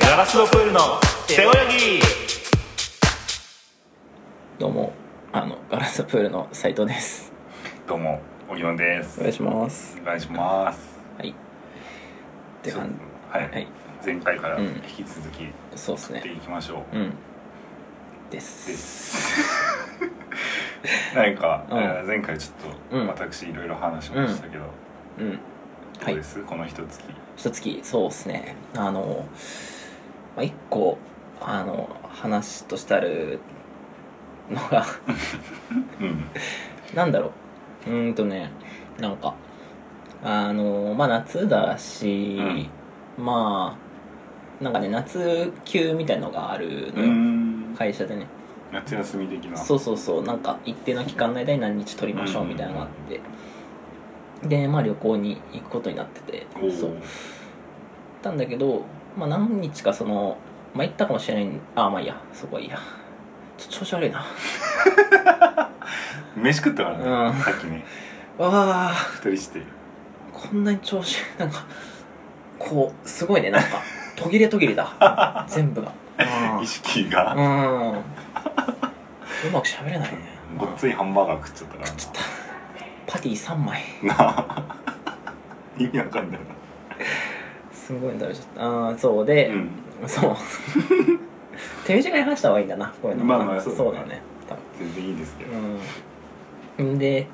ガラスのプールの背泳ぎどうも、あの、ガラスプールの斉藤です。どうも、荻野ですお。願いします。お願いします。はい。って感は、じ。はいい。前回からうん引き続き、そうですやってね。いきましょう。うん。で。です す。なんか、うんえー前回ちょっうんと、私いろいろ話しましたけど。うん。はどういで。す、この一月。一月、そうですね。あの、まあ、一個、あの、話としたるの が、うん。なんだろう。うーんとね、なんか、あの、まあ、夏だし、まあ、なんかね、夏休みたいのがあるうのよ。ん。会社でね。夏休み的な。そうそうそうなんか一定の期間の間に何日取りましょうみたいなのがあって、でまあ旅行に行くことになってておーそう行ったんだけど、まあ、何日かそのまあ行ったかもしれないあまあいいやそこはいいやちょっと調子悪いな飯食ったからうんね。さっきね、わあ二人して。こんなに調子なんかこうすごいねなんか途切れ途切れ だ全部が意識うが。んうんうまく喋れないねごっついハンバーガー食っちゃったかパティ3枚らな。なあ。意味わかんないな。すごいの食べちゃったあーそうで、うん。そう。 手短に話した方がいいんだな、こういうの。まあまあそうそうだだねね。多全然いいですけど。分うん。で、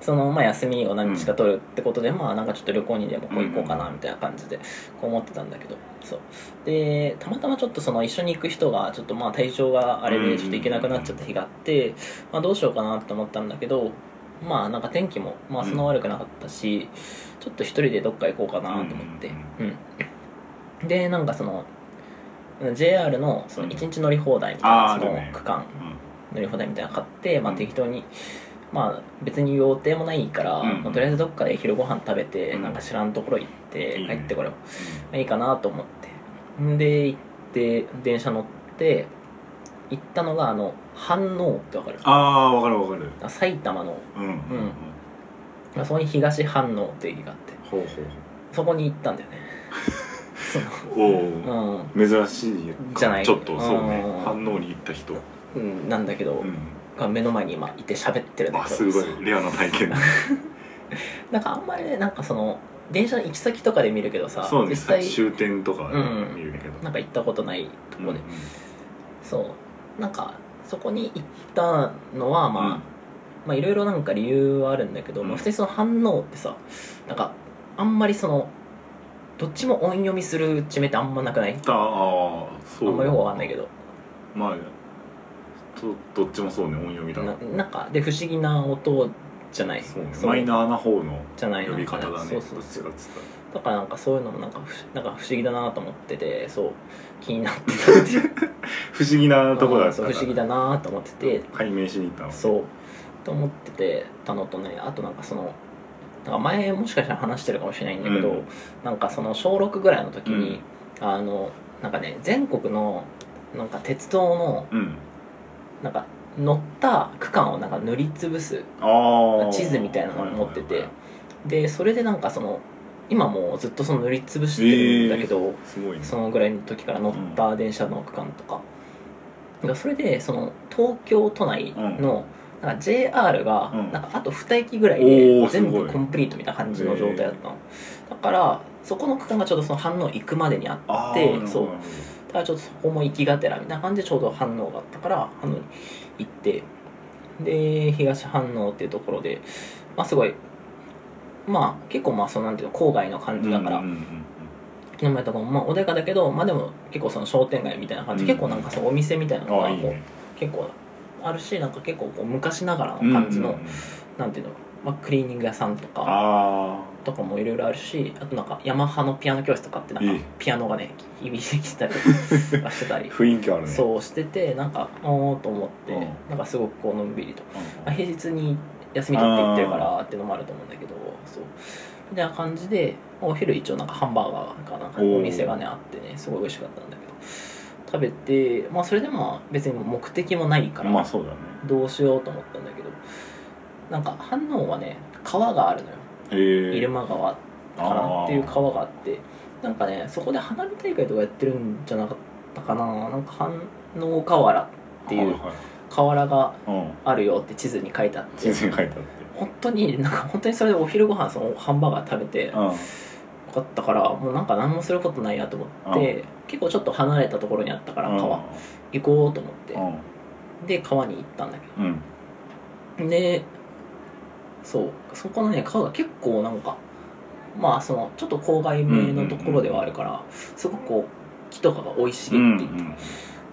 その、まあ、休みを何日か取るってことで、まあ、なんかちょっと旅行にでもこう行こうかな、みたいな感じで、こう思ってたんだけど、そう。で、たまたまちょっとその、一緒に行く人が、ちょっとまあ、体調があれで、ちょっと行けなくなっちゃった日があって、まあ、どうしようかなと思ったんだけど、まあ、なんか天気も、まあ、そんな悪くなかったし、ちょっと一人でどっか行こうかなと思って、うん、でなんかその JR のその1日乗り放題みたいなあーそのあるね区間うん。乗り放題みたいなの買って、まあ、うん適当に、まあ、別に予定もないから、うんまあとりあえずどっかで昼ご飯食べて、うんなんか知らんところ行っていい帰ねってこればいいかなと思ってんで行って電車乗って行ったのがあの飯能ってわかるああーわかるわかるあ埼玉のうんうんうんまあそこに東飯能っていう駅があってほうそこに行ったんだよねそほうおのうんお珍しいじゃないちょっとそうねうん反応に行った人うん、なんだけど、うんが目の前に今いて喋ってるんだあけどすごいレアな体験だなんかあんまりねなんかその電車の行き先とかで見るけどさそうね実さ際終点とかうん見るけどなんか行ったことないとこで、うんそうなんかそこに行ったのはまあ、うんまあいろいろなんか理由はあるんだけど、うんまあ、普通にその反応ってさなんかあんまりそのどっちも音読みする地名ってあんまなくないああーあそうんまよくわかんないけどまあどどっちもそうね音読みだなななんかで不思議な音じゃないそうねマイナーな方のじゃない呼び方だねそどうっそうちそうかっつったらだからなんかそういうのもなんかふなんか不思議だなと思っててそう気になってたって いう不思議なとこだうんったそかうら不思議だなと思ってて解明しに行ったのそうと思っててたのとねあとなんかそのなんか前もしかしたら話してるかもしれないんだけど、うんなんかその小6ぐらいの時に、あのなんかね全国のなんか鉄道のうんなんか乗った区間をなんか塗りつぶすああ地図みたいなのを持っててでそれでなんかその今もうずっとその塗りつぶしてるんだけど、すごいねそのぐらいの時から乗った電車の区間とか、なんかそれでその東京都内の、なんか JR がうんなんかあと2駅ぐらいおでーす全ごい部コンプリートみたいな感じの状態だったの、だからそこの区間がちょうどその反応行くまでにあってあーなるほどそうなるほどだからちょっとそこも行きがてらみたいな感じでちょうど反応があったから反応に行ってで東反応っていうところでまあすごいまあ結構まあそのなんていうの郊外の感じだから、うんうんうんうん飲めとかも、まあ、穏やかだけど、まあ、でも結構その商店街みたいな感じ、うん結構なんかそうお店みたいなのあがあこいういね結構あるしなんか結構こう昔ながらの感じの、うんうんうんなんていうの、まあ、クリーニング屋さんとかあとかもいろいろあるしあとなんかヤマハのピアノ教室とかってなんいいかピアノがね響いてき たりとかしてたあり雰囲気あるねう、そうしててなんかおーっと思って、うんなんかすごくこうのんびりと、まあ、ん、平日に休み取って行ってるからっていうのもあると思うんだけどそうみたいな感じでお昼一応なんかハンバーガーかなんかおーお店がねあってねすごい美味しかったんだけど食べてまあそれでまあ別に目的もないから、まあそうだねどうしようと思ったんだけどなんか反応はね川があるのよへえ入間川かあらーっていう川があってなんかねそこで花火大会とかやってるんじゃなかったかななんか飯能河原っていうはい河原がはいうんあるよって地図に書いてあって地図に書いてあっ本当になんか本当にそれでお昼ご飯そのハンバーガー食べててうん分かったからもうなんか何もすることないやと思って結構ちょっと離れたところにあったから川行こうと思ってうんで川に行ったんだけうどんでそうそこのね川が結構なんかまあそのちょっと郊外名のところではあるからすごくこう木とかが生い茂うっんていてうん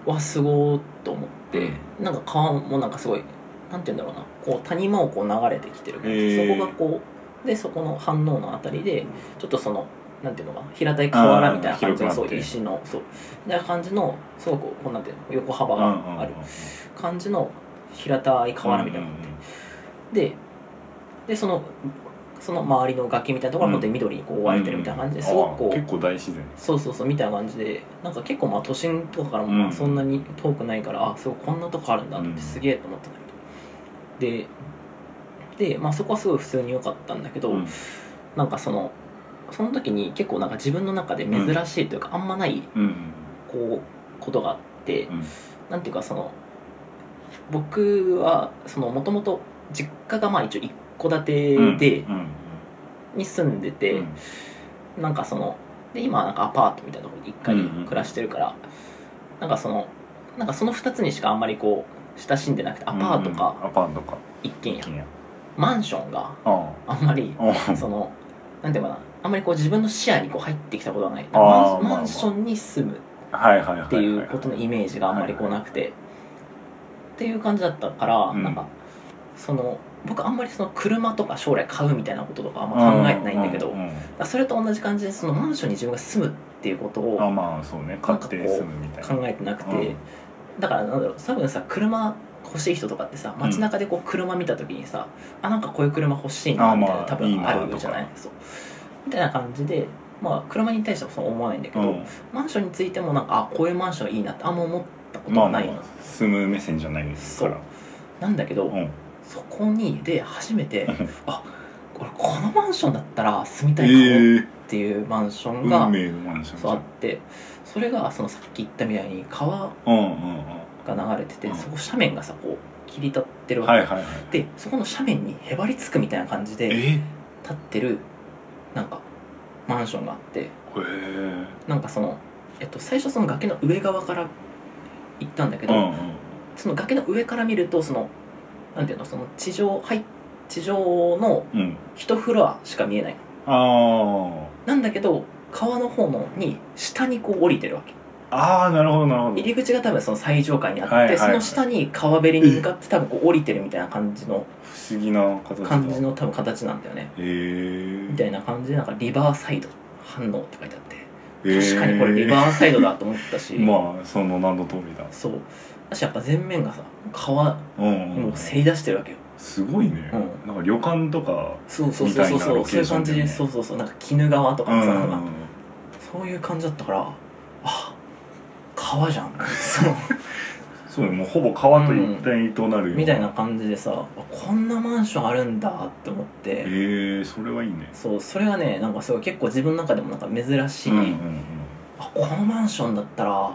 わすごーっと思ってなんか川もなんかすごいなんて言うんだろうなこう谷間をこう流れてきてる感じ、へーそこがこうでそこの反応のあたりでちょっとそのなんていうのかな平たい河原みたいな感じあのーそう広くなって石のそうみたいな感じのすごくこうなんていうの横幅うんうんうんがある感じの平たい河原みたいなのがあって、ででそのその周りの崖みたいなところは本当に緑にこう覆われてるみたいな感じですごくこあう結構大自然そうそうそうみたいな感じでなんか結構まあ都心とかからもうんまあそんなに遠くないから、あすごいこんなとこあるんだと思っうてんすげえと思ったんだけどでで、まあ、そこはすごい普通に良かったんだけど、うんなんかそのその時に結構なんか自分の中で珍しいというか、あんまないうんこうことがあって、うんなんていうかその僕はもともと実家がまあ一応一戸建うんてでうんうんに住んでて、うんなんかそので今はなんかアパートみたいなところで1階うんうんに暮らしてるから、なんかそのなんかその2つにしかあんまりこう親しんでなくてアパートうんうんかアパートか一軒家、金やマンションがああんまりあそのなんていうのかなあんまりこう自分の視野にこう入ってきたことがないあーマンまあまあマンションに住むっはいはいはいはいていうことのイメージがあんまりこうなくて、っていう感じだったから、うんなんかその僕あんまりその車とか将来買うみたいなこととかあんま考えてないんだけど、ううだからそれと同じ感じでそのマンションに自分が住むっていうことをあまあそうね買って住むみたいな考えてなくて、うんだからなんだろう多分さ車欲しい人とかってさ街中でこう車見た時にさ、あなんかこういう車欲しいなあみまたあいな多いい分なあるじゃないとそうみたいな感じで、まあ、車に対してもそう思わないんだけど、うんマンションについてもなんかあこういうマンションいいなってあんま思ったことまあがまなあいの、住む目線じゃないですからなんだけど、うんそこにで初め てうんあ俺このマンションだったら住みたいかもっええていうマンションが、運命のマンションじそうゃあっんてそれがそのさっき言ったみたいに川うんうんが流れてて、うんそこ斜面がさこう切り立ってるうんわけ、はいはいはいでそこの斜面にへばりつくみたいな感じえでええ立ってるなんかマンションがあってえなんかその、えっと、最初その崖の上側から行ったんだけうど、んその崖の上から見るとそのなんていうのその地上はい地上のうんうん一フロアしか見えないあなんだけど川の方のに下にこう降りてるわけあああなるほどなるほど入り口が多分その最上階にあって、はいはいはいその下に川べりに向かって多分こう降りてるみたいな感じの不思議な形だ感じの多分形なんだよねええみたいな感じでなんかリバーサイド反応って書いてあってええ確かにこれリバーサイドだと思ったし、 まあその名の通りだそうだしやっぱ全面がさ川うんうもんうせり出してるわけよ、すごいねうなんか旅館とかそうそうそうそうみたいなそうロそうケいーうション感だじよねでそうそうそうなんか鬼怒川とかうんのうさ、んうなんかんそういう感じだったからあ川じゃん そうそうねもうほぼ川と一体となるようみたいな感じでさあこんなマンションあるんだって思って、ええそれはいいねそうそれがねなんかすごい結構自分の中でもなんか珍しい、うんうんあこのマンションだったら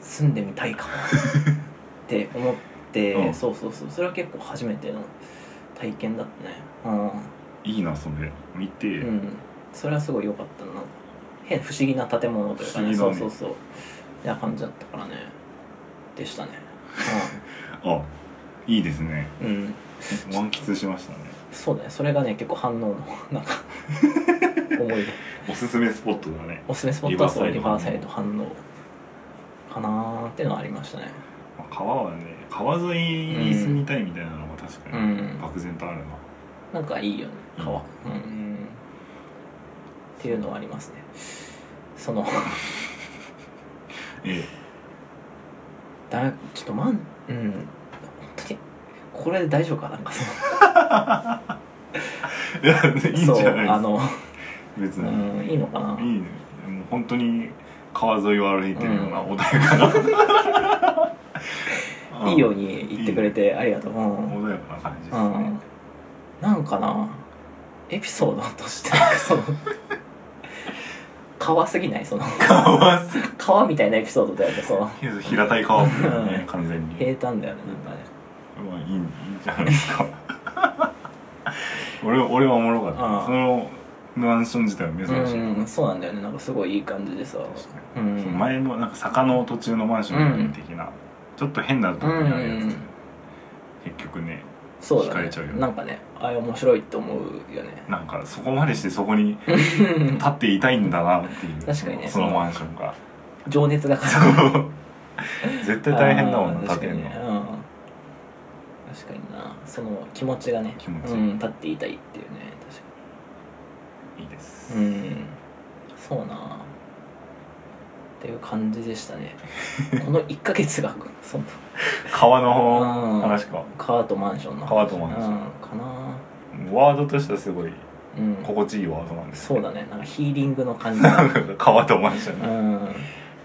住んでみたいかもって思って、 うんそうそうそうそれは結構初めての体験だったねうんいいなそれ見てうん、うん、それはすごい良かったな変不思議な建物というかね不そ思う議だねそうそういや感じだったからねでしたねあいいですねうん、うん、満喫しましたねそうだねそれがね結構反応のなん か思い出おすすめスポットだね、おすすめスポットはそうリリババーーササイイドド反応かなーっていうのはありましたねまあ川はね川沿いに住みたいみたいなのが確かうにん漠然とあるなな、んかいいよね川うん、うっていうのはありますねその えだちょっとまんうん本当にこれで大丈夫かなんかそえいいんじのゃそうなあいの、ですうか別に、ん、いいのかないいねもう本当に川沿いを歩いてるようなう穏やかな、 いいように言ってくれてありがとう、うんうん穏やかな感じですね、 なんかなエピソードとしてなんかその川すぎないその川す川みたいなエピソードだよねそのぎず平たい川みたいなうねん完全に平坦だよねなんかねまあいいいいんじゃないですか 俺俺はおもろかっうんたそのマンション自体は珍しい、うんそうなんだよねなんかすごいいい感じでさうそのん前もなんか坂の途中のマンション的な、ちょっと変なとこにあるやつ、うん結局ねそうだ惹かねれちゃうよなんかねあれ面白いと思うよねなんかそこまでしてそこに立っていたいんだなっていう確かにねそのマンションが 情熱がかかる絶対大変だもんなあー立確てかるにの、ねうん確かになその気持ちがね気持ちうん、立っていたいっていうね確かいいです、にうんそうなっていう感じでした ねこの1ヶ月がその川の話か、川とマンションの話川とマンションうん、かなワードとしてはすごういん心地いいワードなんです そうだねなんかヒーリングの感じなが んか川とマンションうのん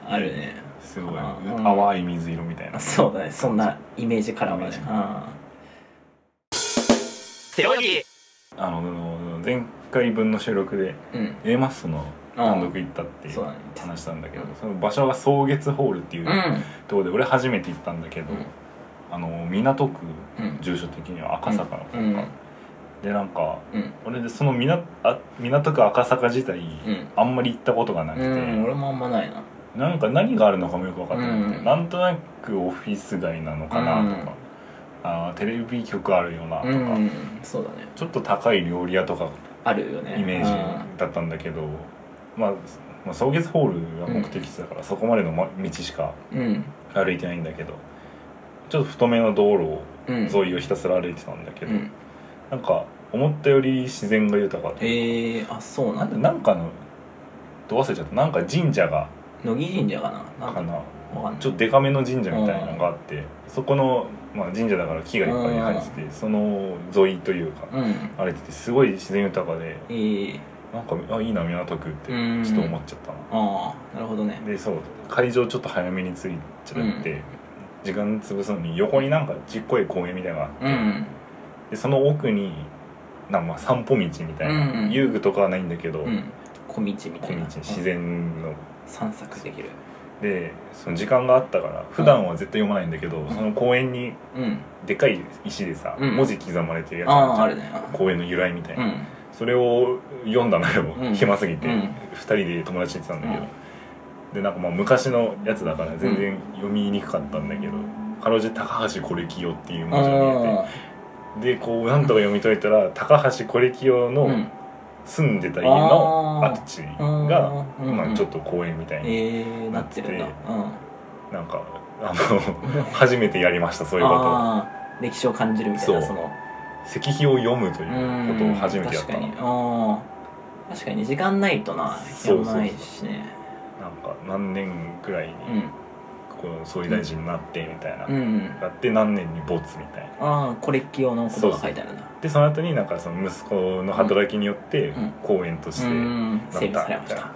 あるねすごいうん淡い水色みたいなそうだねそんなイメージからもイメねージう背泳ぎあの前回分の収録でんうん A マッソの単独行ったってそうだね話したんだけどうんその場所が草月ホールっていううんうんところで俺初めて行ったんだけどあの港区うん住所的には赤坂の方かうんでなんかうん俺でその港あ港区赤坂自体うんあんまり行ったことがなくうん、て俺もあんまないななんか何があるのかもよく分かってなくてうんなんとなくオフィス街なのかなとかあーテレビ局あるよなとうかんそうだねちょっと高い料理屋とかあるよねイメージだったんだけど、まあ、まあ草月ホールが目的地だから、そこまでのま道しかうん歩いてないんだけどちょっと太めの道路うん沿いをひたすら歩いてたんだけうど、んなんか思ったより自然が豊かでへえあそうななんんだでなんかのどう忘れちゃったなんか神社が乃木神社かななんかかなわかんないちょっとデカめの神社みたいなのがあって、そこの、まあ、神社だから木がいっぱい生えてて、その沿いというかうん歩いててすごい自然豊かでええなんかあいいな港区ってうんちょっと思っちゃったな。ああなるほどねでそう会場ちょっと早めに着いちゃって、時間潰すのに横になんかちっこい公園みたいなのがあって、うんでその奥になんかまあ散歩道みたいな、うん遊具とかはないんだけど、うん小道みた小い道な自然の散策できるでその時間があったから普段は絶対読まないんだけど、その公園にうんでかい石でさ、うん文字刻まれてるやつああるじゃあんあるね公園の由来みたいな、うんそれを読んだのよ、うん暇すぎて、う二ん人で友達に言ってたんだけど、うんでなんかまあ昔のやつだから全然読みにくかったんだけど、かろうじて「高橋これきよ」っていう文字が見えあてでこうなんとか読み解いたら「高橋これきよ」あの住んでた家の跡地が、うんまあ、ちょっと公園みたいに、ええなってるんだうんなんかあの初めてやりましたそういうことをああ歴史を感じるみたいなそうその石碑を読むということを初めてやったうんな確かにあー確かに時間ないとなそやばうそうそうないしねなんか何年くらいにうんこの総理大臣になってみたいな、うんうんやって何年に没みたいなああこれっき用のことが書いてあるなでその後になんかその息子の働きによってうん公演として、うんた整備されましたみたいな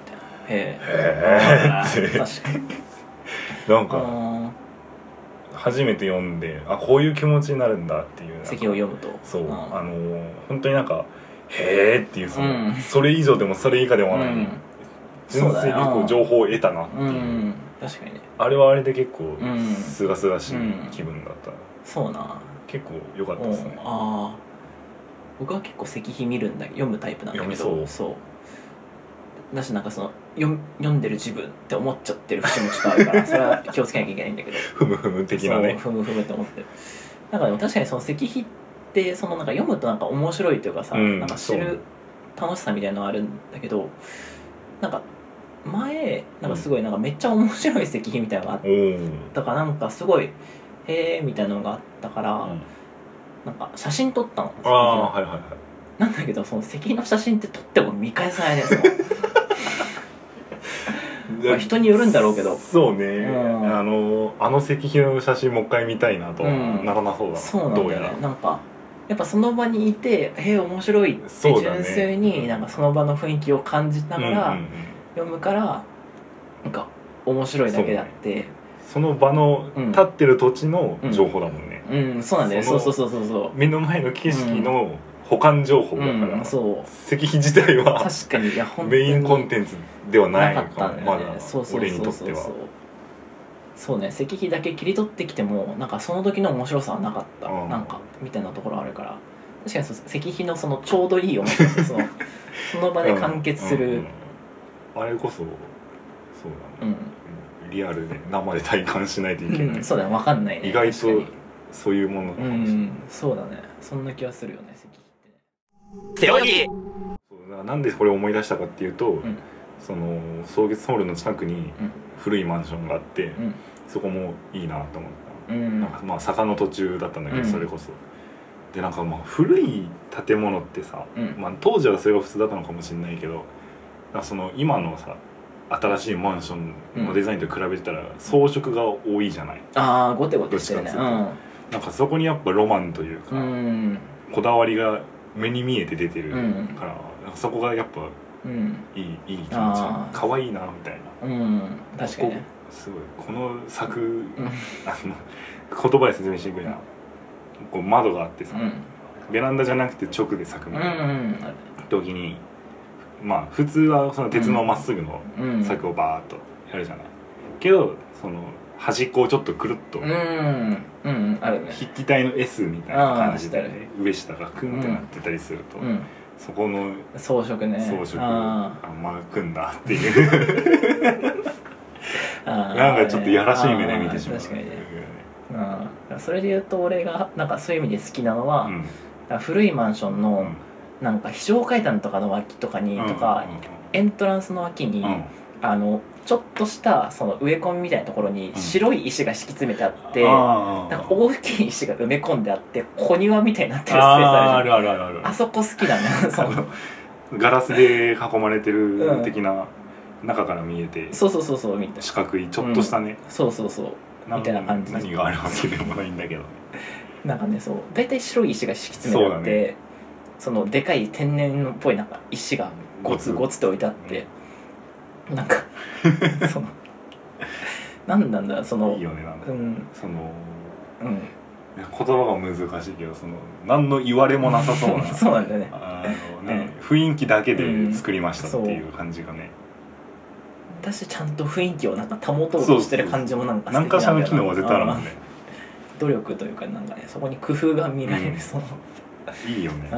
へへえ ーって確か になあんかー初めて読んであこういう気持ちになるんだっていうなんか席を読むとそう、んあのー本当になんかへえっていうその、うんそれ以上でもそれ以下でもうない、ん純粋にこそうだよう情報を得たなっていう、うん確かにねあれはあれで結構んすがすがしい気分だった、そうな結構良かったうでんすねああ僕は結構石碑見るんだ読むタイプなんだけど読みそうだしなんかその読ん読んでる自分って思っちゃってる節もちょっとある からそれは気をつけなきゃいけないんだけどふむふむ的なねそうふむふむって思ってるなんかでも確かにその石碑ってそのなんか読むとなんか面白いというかさ、うんなんか知る楽しさみたいなのあるんだけどなんか前なんかすごいなんかめっちゃ面白い石碑みたいなのがあっおお、たからなんかすごいへえみたいなのがあったから、なんか写真撮ったのああはいはいはいなんだけどその石碑の写真って撮っても見返さないねそのまあ人によるんだろうけどそうね、うんあのあの石碑の写真もう一回見たいなとはうんならな そうだ、そうなんどうだやよらねなんかやっぱその場にいて「へえ面白い」ってそうだね純粋になんかその場の雰囲気を感じながうらんうんうん読むからなんか面白いだけであってその場のうん立ってる土地の情報だもんね、うんそうなんだよねそそのうそうそうそうそう目の前の景色の保管情報だから、うん、そう石碑自体は確かにいや本当メにインコンテンツではないなかのっかたもんだまよね、だそうそう俺にそとうっそてうはそうそうね石碑だけ切り取ってきてもなんかその時の面白さはなかった、うんなんかみたいなところあるから確かにそう石碑のそのちょうどいい面白さ そのその場で完結する、ううんんうんうんあれこそそうだね、リアルで生で体感しないといけない、うんそうだね分かんないね意外確かとそういうもにのなうのかもしれない、んそうだねそんな気はするよね石碑ってね背泳ぎそうななんでこれを思い出したかっていうと、んその草月ホールの近くにうん古いマンションがあって、んそこもいいなと思ったうんなんかまあ坂の途中だったんだけど、うんそれこそでなんかまあ古い建物ってさ、うんまあ、当時はそれが普通だったのかもしれないけどなんかその今のさ新しいマンションのデザインと比べてたら装飾が多いじゃない、ああゴテゴテしてるねどっちかなんかそこにやっぱロマンというか、うんこだわりが目に見えて出てるうから、んなんかそこがやっぱうんいいいい気持ちあー可愛いなみたいなうん確かにねこすごいこの作、うんあの言葉で説明してくれな、こう窓があってさ、うんベランダじゃなくて直で咲くうんみうたいなんある時に、まあ普通はその鉄のまっすぐのうん柵をバーッとやるじゃない、けどその端っこをちょっとくるっとうんうんうんあるね筆記体の S みたいな感じで、ね、上下がクンってなってたりすると、うんそこの装飾ね装飾ああんま組んだっていうーあー なんかちょっとやらしい目で見てしまうあー確かにねうんそれで言うと俺がなんかそういう意味で好きなのは、うんなんか古いマンションうのんなんか非常階段とかの脇とかに、とか、エントランスの脇に、うんうんあのちょっとしたその植え込みみたいなところにん白い石が敷き詰めてあって、あーなんか大きい石が埋め込んであって小庭みたいになってるスペースあーああるるあるあるあるあそこ好きだねそ あののガラスで囲まれてうるん的な中から見えてそうそうそうそうみたいな四角いちょっとしたね、そうそうそうみたいな感じ何があるわけでもないんだけどねなんかねそう大体白い石が敷き詰めてあってそうそ,、のでかい天然っぽいなんか石がゴツゴツと置いてあって、なん かそのなんなんだそのいいよねなんうかんそのうん言葉が難しいけどその何の言われもなさそう なそうなんだよねあのね、雰囲気だけで作りましたっていう感じがね、私ちゃんと雰囲気をなんか保とうとしてる感じもなんか何かしらの機能は絶対あるもんねね努力というかなんかねそこに工夫が見られる、うんそのいいよね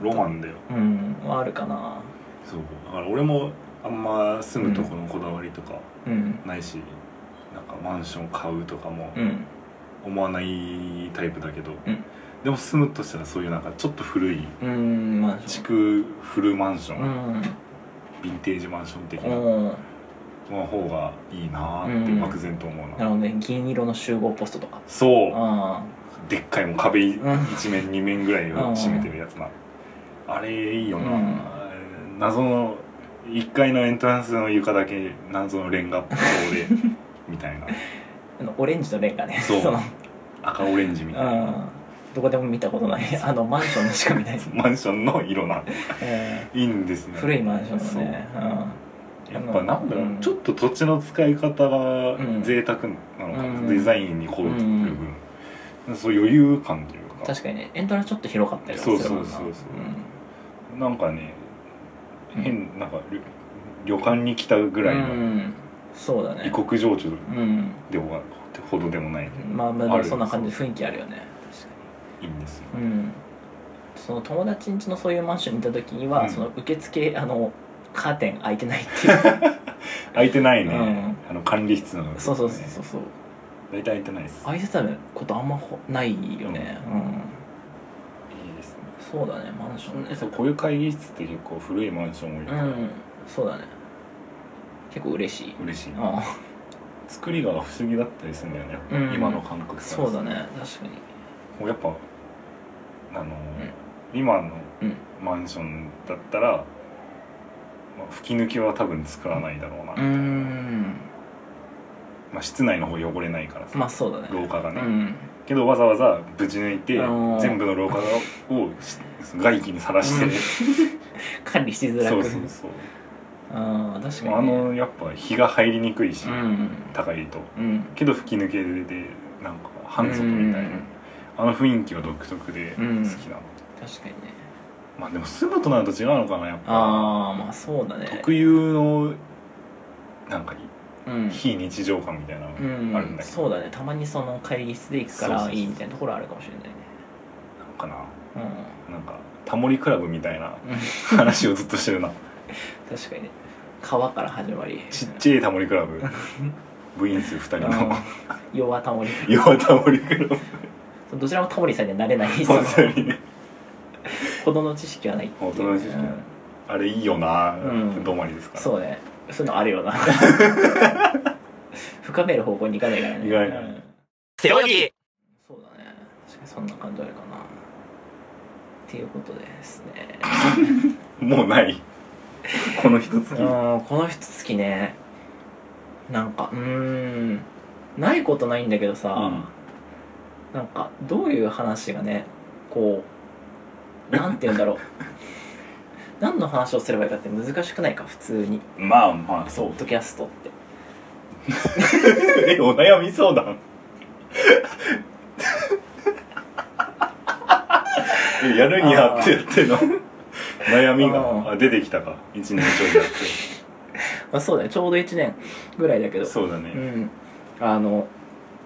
うロマンだよん、うん、はあるかなそうだから俺もあんま住むとこのこだわりとかうんないし、なんかマンション買うとかもうん思わないタイプだけど、うんでも住むとしたらそういうなんかちょっと古いうんまあ地区古マンション、うんヴィンテージマンション的うなんの方がいいなーってうん漠然と思うな、なるほどね銀色の集合ポストとかそうあでっかいもう壁いうん一面二面ぐらいを占めてるやつなあれいいよな、うん謎の1階のエントランスの床だけ謎のレンガっぽでみたいなあのオレンジのレンガねそうの赤オレンジみたいうんなどこでも見たことないあのマンションにしか 見ない、マンションの色なえいいんですーね古いマンションのねやっぱなんだろう、うんちょっと土地の使い方がうん贅沢なのかな、うんデザインにこうってる分、そういう余裕感といううんか確かにねエントランスちょっと広かったりとかするもんなそうそうそうそううんなんかねうん変なんか旅旅館に来たぐらいうのん、そうだね異国情緒うんでもほどでもないまあまああるそんな感じで雰囲気あるよね確いいんですよかにうんその友達ん家のそういうマンションにいた時には、うんその受付あのカーテン開いてないっていう空いてないね、あの管理室の、ね、そうそうそうそうそう大体空いてないです開いてたことあんまほないよねうん、いいですねそうだねマンションねそうこういう会議室って結構古いマンション多いうから、んそうだね結構嬉しい嬉しいなあ作りが不思議だったりするんだよね、うん今の感覚からするそとうだね確かにもうやっぱあの、今のうんマンションだったら、まあ、吹き抜けは多分作らないだろうな、うーんまあ、室内の方汚れないからさ、まあそうだね廊下がうね、んけどわざわざぶち抜いてあのー全部の廊下をし 外気にさらして、うん管理しづらそうくそうそう、ああ確かあに、ね、のやっぱ日が入りにくいし、うん高いとうんけど吹き抜けでなんか反則みたいな、うんあの雰囲気は独特で好きなの、確かにねまあでも住むとなると違うのかなやっぱああまあそうだね特有のなんかうん非日常感みたいなのうがあるんん、だけど、そうだねたまにその会議室で行くかそうそうらそういいみたいなところあるかもしれないねなのかなうんなんかタモリクラブみた いなうん話をずっとしてるな確かにね川から始まりちっちゃいタモリクラブ部員数2人のうん弱タモリ弱タモリクラブどちらもタモリさんにはなれないその本当にねほどの知識はないっていうほどの知識はないあれいいよなうん止まりですから、そうねそういうのある よな深める方向に行かないからねいかないからうん背泳ぎそうだね確かにそんな感じあるかなっていうことですねも うないこの一月うんこの一月ねなんかうーんないことないんだけどさ、なんかどういう話がねこうなんて言うん だろう何の話をすればいいかって難しくないか普通にうんまあまあポッドキャストってえ お悩み相談えやるにあってやっての悩みあがあ出てきたか一年ちょいやっまあそうだねちょうど1年ぐらいだけてどそうだね、うんあの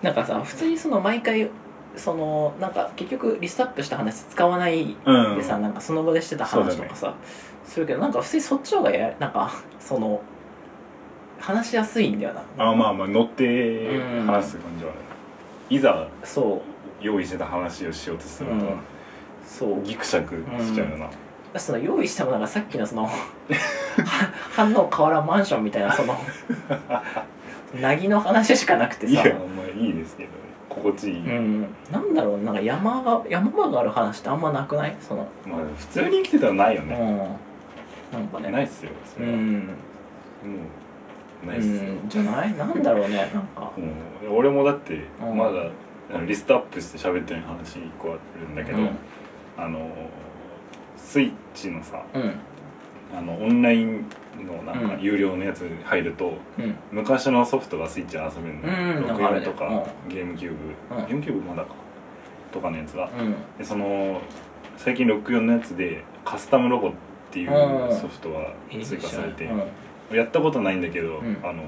なんかさ普通にその毎回そのなんか結局リストアップした話使わないうんでさ、なんかその場でしてた話とかさ、するけどなんか普通にそっちの方がやなんかその話しやすいんだよなあまあまあ乗ってうん話す感じはある、いざそう用意してた話をしようとするうんと、そうギクシャクしちゃうよな、その用意したものがさっきのそ のは反応変わらんマンションみたいなそのなぎの話しかなくていやさまあいいですけどね心地いい、うん、なんだろうなんか山が山場がある話ってあんまなくないそのまあ普通に生きてたらないようんね、なんかねないっすよそうれは、もんうなういっすよ、んじゃないなんだろうねなんかもう俺もだってうんまだあのリストアップして喋ってる話1個あるんだけど、うんあのスイッチのさうんあのオンラインのなんかうん有料のやつ入ると、うん昔のソフトがスイッチで遊べるうんの、なん六かある64ねとか、ゲームキューブ、うんゲームキューブまだかとかのやつが、うんでその最近64のやつでカスタムロボっていううんソフトが追加されて、うんやったことないんだけど、うんあの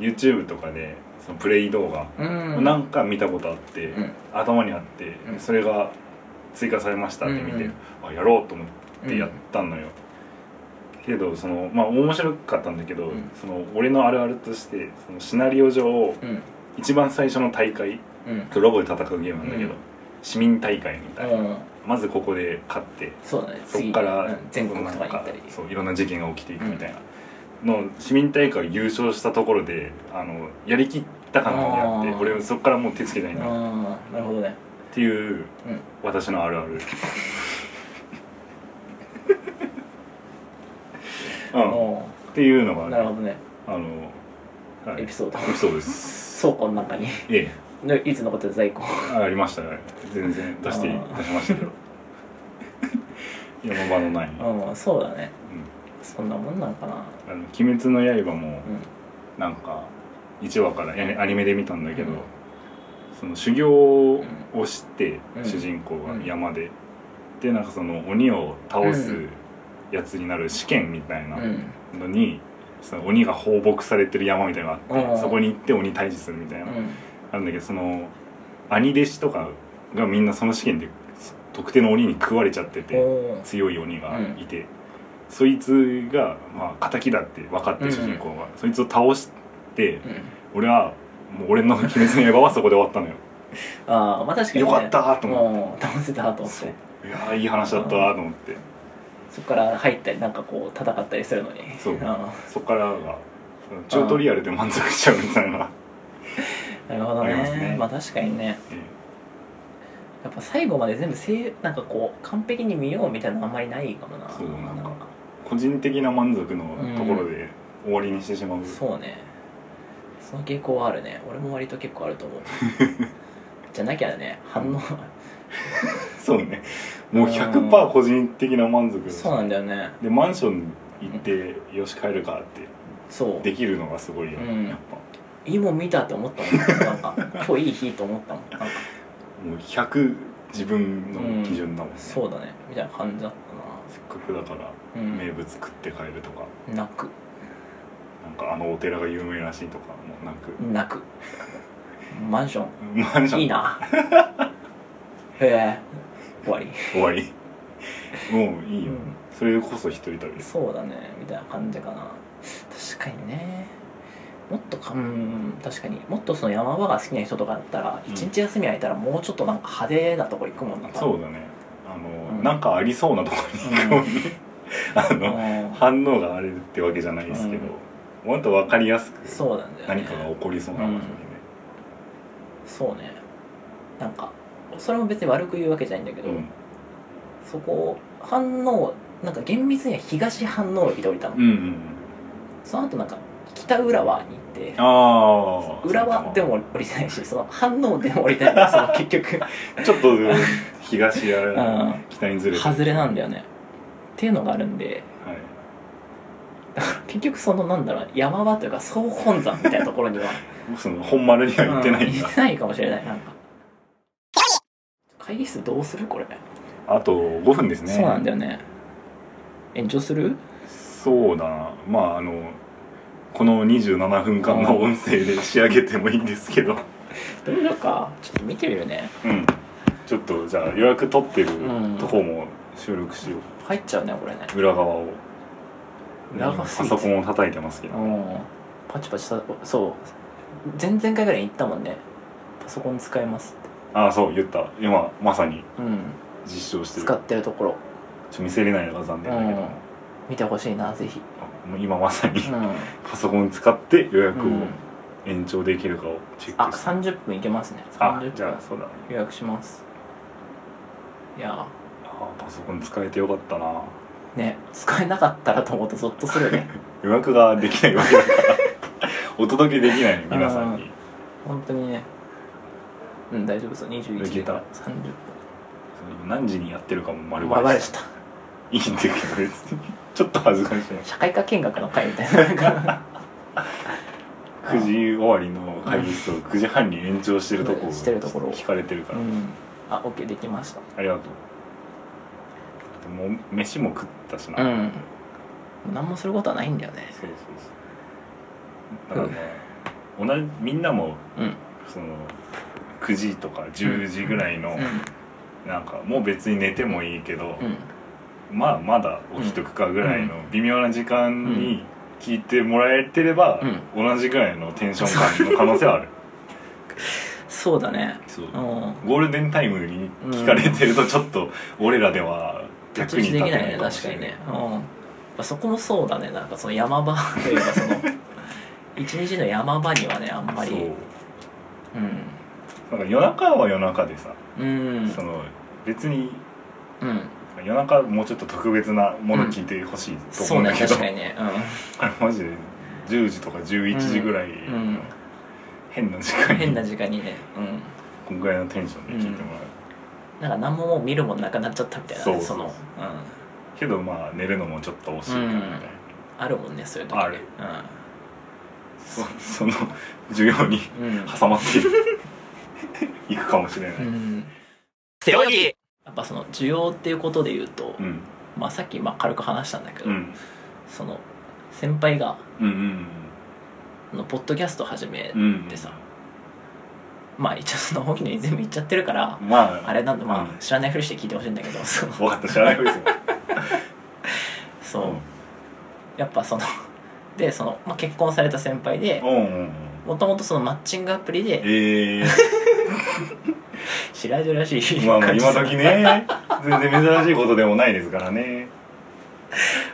YouTube とかでそのプレイ動画うんなんか見たことあって、うん頭にあって、うんそれが追加されましたって見て、うんあやろうと思ってやったのよ、けどそのまあ面白かったんだけど、うんその俺のあるあるとしてそのシナリオ上うん一番最初の大会うんロボで戦うゲームなんだけど、うん市民大会みたいな、うんまずここで勝ってそうだねそ次こからうん全国とかに行ったなりんかそういろんな事件が起きていくみたいな、の市民大会を優勝したところであのやりきった感があってあー俺そこからもう手つけないうんなっなるほどねていう、うん私のあるあ るうん、っおていうのがーあるなるほどねあの、はいエピソードエピソードです倉庫の中にええのいつ残ってた在庫あありましたね全然出してあー出しました けど山場のない、うん、あうんそうだねそんなもんなんかなの「鬼滅の刃」も、うんなんか1話からやアニメで見たんだけど、うんその修行をして、うん主人公がうん山で、でなんかその鬼を倒すうんやつになる試験みたいなうんのに、その鬼が放牧されてる山みたいなのがあって、うんそこに行って鬼退治するみたいな、うんあるんだけどその兄弟子とかがみんなその試験で特定の鬼に食われちゃってて。おー強い鬼がいて、そいつが、まあ、敵だって分かってうん主人公が、そいつを倒してうん俺はもう俺の「鬼滅の刃」はそこで終わったのよああまあ確かによねかったーと思っもう倒せたとて思っそてういやーいい話だったーと思ってそこから入ったりなんかこう戦ったりするのにそうあそっからがチュートリアルで満足しちゃうみたいな、あなるほどありまねすまねあ確かにねえやっぱ最後まで全部せいなんかこう完璧に見ようみたいなのあんまりないかもなそうなんかえ個人的な満足のところで終わりにしてしまう、そうねその傾向はあるね俺も割と結構ある と思うじゃなきゃね反応そうねもう100%個人的な満足そうなんだよねでマンション行って、よし帰るかってそうできるのがすごいよ、うんやっぱいいもん見たって思ったもん なんか今日いい日と思ったもんなんかもう100自分の基準だもんね、そうだねみたいな感じだったせっかくだからうん名物食って帰るとか、泣くなんかあのお寺が有名らしいとかもなく、泣くマンショ マンションンいいなへえ終わり終わりもういいよ、うんそれこそ一人旅ですそうだねみたいな感じかな確かにねもっとかうん確かにもっとその山場が好きな人とかだったらうん一、日休み空いたらもうちょっとなんか派手なとこ行くもんなそうだねあの、うんなんかありそうなとこに行くもんね、 あうの、ん反応があれってわけじゃないですけど、もっと分かりやすくそうなんだよ、ね、何かが起こりそうな場所にね、そうねなんかそれも別に悪く言うわけじゃないんだけうど、んそこ反応なんか厳密には東反応駅で降りたの、うんうんその後なんか北浦和に行ってああ浦和でも降りてないしその反応でも降りて ないその結局ちょっと東や、ん北にずれて外れなんだよねっていうのがあるんではい結局そのなんだろう山場というか総本山みたいなところ には僕その本丸には行ってないんうんだ行っ、てないかもしれないなんか会議室どうするこれ、あと5分ですねそうなんだよね延長するそうだなまああのこの27分間の音声で仕上げてもいいんですけどどうしようかちょっと見てみるねうんちょっとじゃあ予約取ってるうんとこも収録しよ入っちゃうねこれねう裏側を裏側パすぎてソコンを叩いてますけどうんパチパチさそう前々回ぐらいに言ったもんねパソコン使えますっああそう言った今まさにてうん実証してる使ってるところ、ちょ見せれないのが残念うだけど、ん、見てほしいなぜひもう今まさにう パソコン使って予約ん、うをん、延長できるかをチェあックして、 30分いけますねあ30じゃあ分そうだね予約しますいやああパソコン使えてよかったなーね使えなかったらと思うとゾッとするよ ね予約ができないわけだから お届けできない皆さんに本当にねうん大丈夫そう21時から30分その何時にやってるかも丸まあババレレちゃったいいんだけど別に ちょっと恥ずかしい社会科見学の会みたいななんか 9時終わりの会議室を9時半に延長してるとこしてるところ聞かれてるかうら、んあ OK できましたありがとうでも飯も食ったしな、うん何もすることはないんだよねそうそうそうだからね、同じみんなもうんその9時とか10時ぐらいの、うなんかもう別に寝てもいいけど、んうんまあまだ起きとくかぐらいの微妙な時間に聞いてもらえてれば、同じぐらいのテンション感の可能性はある そうだねそううんゴールデンタイムに聞かれてるとちょっと俺らでは立役ち打にちで立てきなないねいかも確しかれにないねうんまあそこもそうだねなんかその山場というかそ の一日の山場にはねあんまりそううんなんか夜中は夜中でさ、うんその別にうん夜中もうちょっと特別なもの聞いてほしいとそ思ううんねだけど、確かにね あれマジで10時とか11時ぐらいうんうんの変なう時 間んに、変な時間にねうんこんぐらいのテンションで聞いてもならう、んか何ももう見るもんなくなっちゃったみたいなねそうそそうのうんけどまあ寝るのもちょっと惜しいからみたいな、うんあるもんねそういう時ねあるうんそその需要にうん挟ま っているいくかもしれない、うん背泳ぎやっぱその需要っていうことで言うと、うんまあ、さっきまあ軽く話したんだけど、うん、その先輩がうんうんあのポッドキャスト始めうんうんてさ、まあ一応その本気に全部言っちゃってるからまああれなんだまうんあ知らないふりして聞いてほしいんだけどそう分かった知らないふりするそうやっぱそのでその、まあ、結婚された先輩でうんうんうんうんもともとそのマッチングアプリでええ白井らしいまあまあ感じ今で時ね全然珍しいことでもないですからね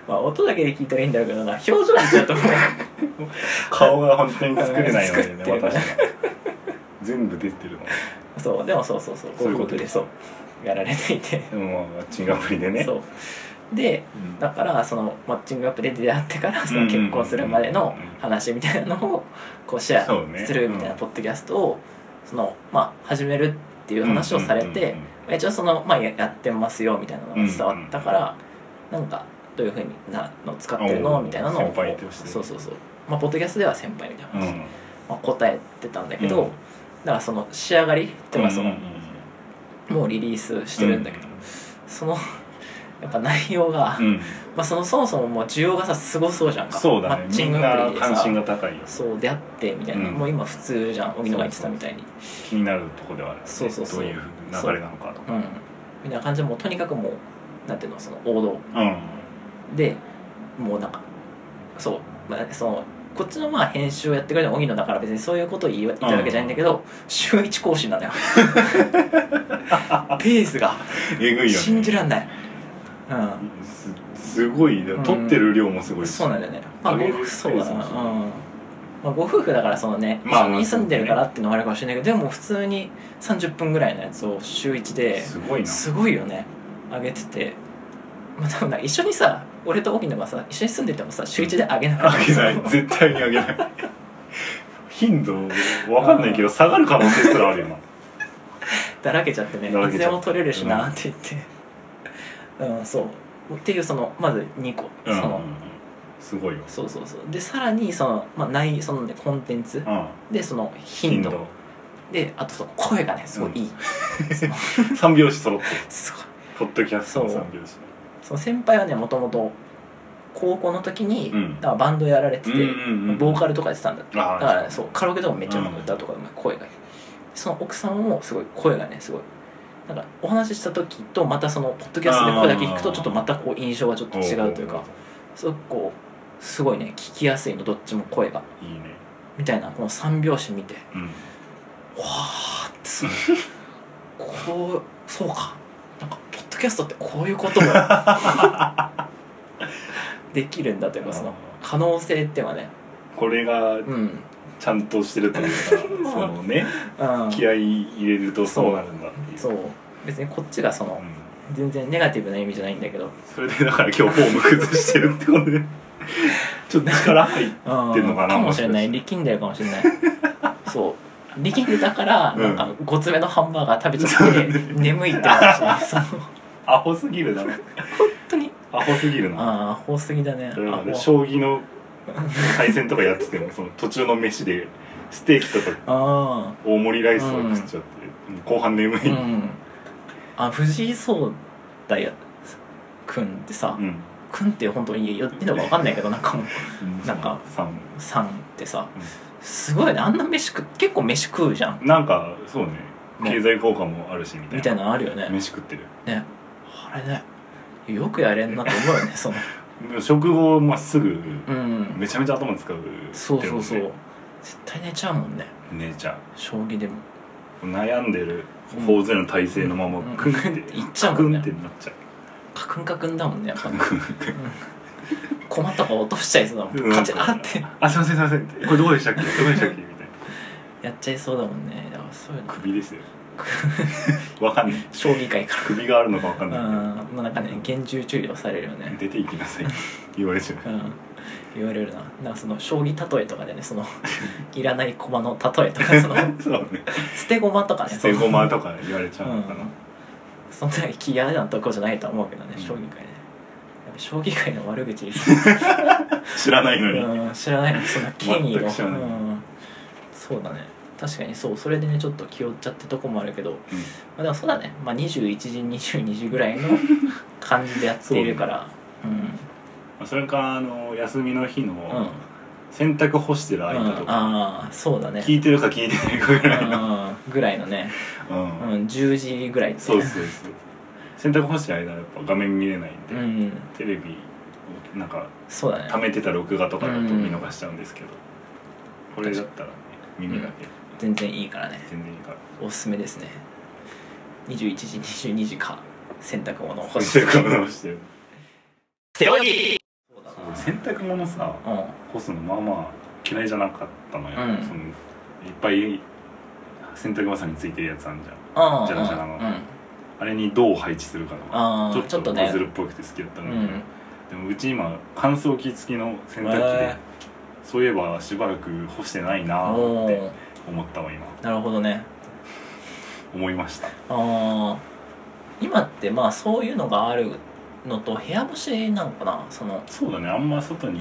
まあ音だけで聞いたらいいんだろうけどな表情にちょっ ともう顔が本当に作れないので 作ねってる私は全部出てるのそうでもそうそうそうこういうことでそうやられていて、でもまあマッチングアプリでねそうでうんだからそのマッチングアプリで出会ってからそうんのうんうん結婚するまでの話みたいなのをこうシェそうねアするみたいなポッドキャストをそのまあ始めるっていう話をされうんうんうてんうん一応そのまあややってますよみたいなのが伝わったからなんかどういうふうになの使ってるおのーみたいなのを先輩としてねそうそうそうまあポッドキャストでは先輩みたいなうん話まあ答えてたんだけどうんだからその仕上がりとかそうんのうんうんもうリリースしてるんだけどそのやっぱ内容が、うん、まあ、そのそもそももう需要がさすごそうじゃんかそうだマねッチみンんグアなプリで関心さが高いよそう出会ってみたいな、うんもう今普通じゃん荻野が言ってたみたいに気になるとこではあるよねそうそうそうどういう流れなのかとうかんみたいな感じでもうとにかくもうなんていうのその王道うんでもうなんかそう、まあ、そのこっちのまあ編集をやってくれた荻野だから別にそういうことを言い言ったわけじゃないんだけど、週一更新なの よペースがえぐいよね信じらんないうんすすごいねうん撮ってる量もすごいしそうなんだよねまああごげる夫婦そうだな、そううんそうそうまあ、ご夫婦だからそのね、まあ一緒に住んでるからっていうのもあるかもしれないけど、でも普通に30分ぐらいのやつを週1ですごいなすごいよね上げてて、まあ、多分なんか一緒にさ俺と荻野がさ一緒に住んでてもさ週1で上げなかっあたげない絶対にあげない頻度わかんないけど下がる可能性すらあるよなだらけちゃってねだらいけつちでゃうも取れるしなって言ってうん、そうっていうそのまず2個、うんそのすごいよそうそうそうでさらにその、まあ、ないその、ね、コンテンツうんでその頻頻度度であとその声がねすごいいい、三拍子揃ってるすごいポッドキャストのそう三拍子その先輩はねもともと高校の時に、うんだからバンドやられてて、うんうんボーカルとかやってたんだってあだあからそうカラオケとかもめっちゃうまく歌うとかうまい声がいいその奥さんもすごい声がねすごいなんかお話しした時とまたそのポッドキャストで声だけ聞くとあーちょっとまたこう印象がちょっと違うというかすごくこうすごいね聞きやすいのどっちも声がいいねみたいなこの三拍子見てうんわーってすごいこうそうかなんかポッドキャストってこういうことも できるんだというかその可能性っていうのはねこれがうん、うん、ちゃんとしてる というかそのね気合い入れるとそうなるんだっていうそう別にこっちがそのうん全然ネガティブな意味じゃないんだけどそれでだから今日フォーム崩してるってこと でちょっと力入っうんてんのかなもしれないも力んでるかもしれない そう力んでたからうんなんかごつめのハンバーガー食べちゃって、 眠いって話その本アホすぎるだろ当にアホすぎるなああ豊すぎだねだからねアホ将棋の対戦とかやっててもその途中の飯でステーキとかあ大盛りライスを食っちゃって、もう後半眠い、ーうんあ藤井聡太や君ってさ、うん君って本当に言ってんのか分かんないけどなんかもうなんかさんさんってさ、うんすごいねあんな飯食結構飯食うじゃんなんかそうねね経済効果もあるしみたいなみたいなのあるよね飯食ってるねあれねよくやれんなと思うよねそのでも食後、まあ、すぐうんめちゃめちゃ頭使う、そうそうそでもう絶対寝ちゃうもんねね姉ちゃん将棋でも悩んでる頬杖の体勢のままうんクンっていっちゃうもんねクンってなっちゃうカクンカクンだもんねやっぱね駒とか落としちゃいそうだもんうんカチャーってあすいませんすいませんこれどこでしたっけどこでしたっけみたいなやっちゃいそうだもんねだからそういうの首で すよわかんない将棋界か首があるのかわかんらうんないまあなんかね厳重注意をされるよねけど出ていきなさいって言われちゃううん言われるななんかその将棋例えとかでねその いらない駒の例えと かそのそうね捨て駒とかね捨そのて駒とか言われちゃううのんかな、そんな気嫌なとこじゃないと思うけどね、うん将棋界ねやっぱ将棋界の悪口、 知らないのに、うん、知らないのそんな権威の全く知らないうん、そうだね確かにそうそれでねちょっと気負っちゃってとこもあるけど、まうんあ、でもそうだね、まあ、21時22時ぐらいの感じでやっている からう,、まあそれかあの休みの日ん、うんの洗濯干してるう間とんか、ああそうだね聞いてるか聞いてないかぐらいの、うんぐらいのね、うんうん、10時ぐらいってそうそうそう洗濯干してる間はやっぱ画面見れないんで、うんテレビをなんかそうだね溜めてた録画とかだと見逃しちゃうんですけど、これだったら、ね、耳だけ全然いいからね全然いいからおすすめですね21時22時か洗濯物を干して洗濯物をしてる背泳ぎそうだ 洗濯物さな干すのまあまあ嫌いじゃなかったのよ、うんそのいっぱい洗濯バサミついてるやつあるじゃんうんうんじゃらじゃらのうんあれにどう配置するかとかあーちちょょっっととねパズルっぽくて好きだったうんだんけど、でもうち今乾燥機付きの洗濯機で、へーそういえばしばらく干してないなーおってー思ったわ今なるほどね思いましたあー今ってまあそういうのがあるのと部屋干しなのかなそのそうだねあんま外に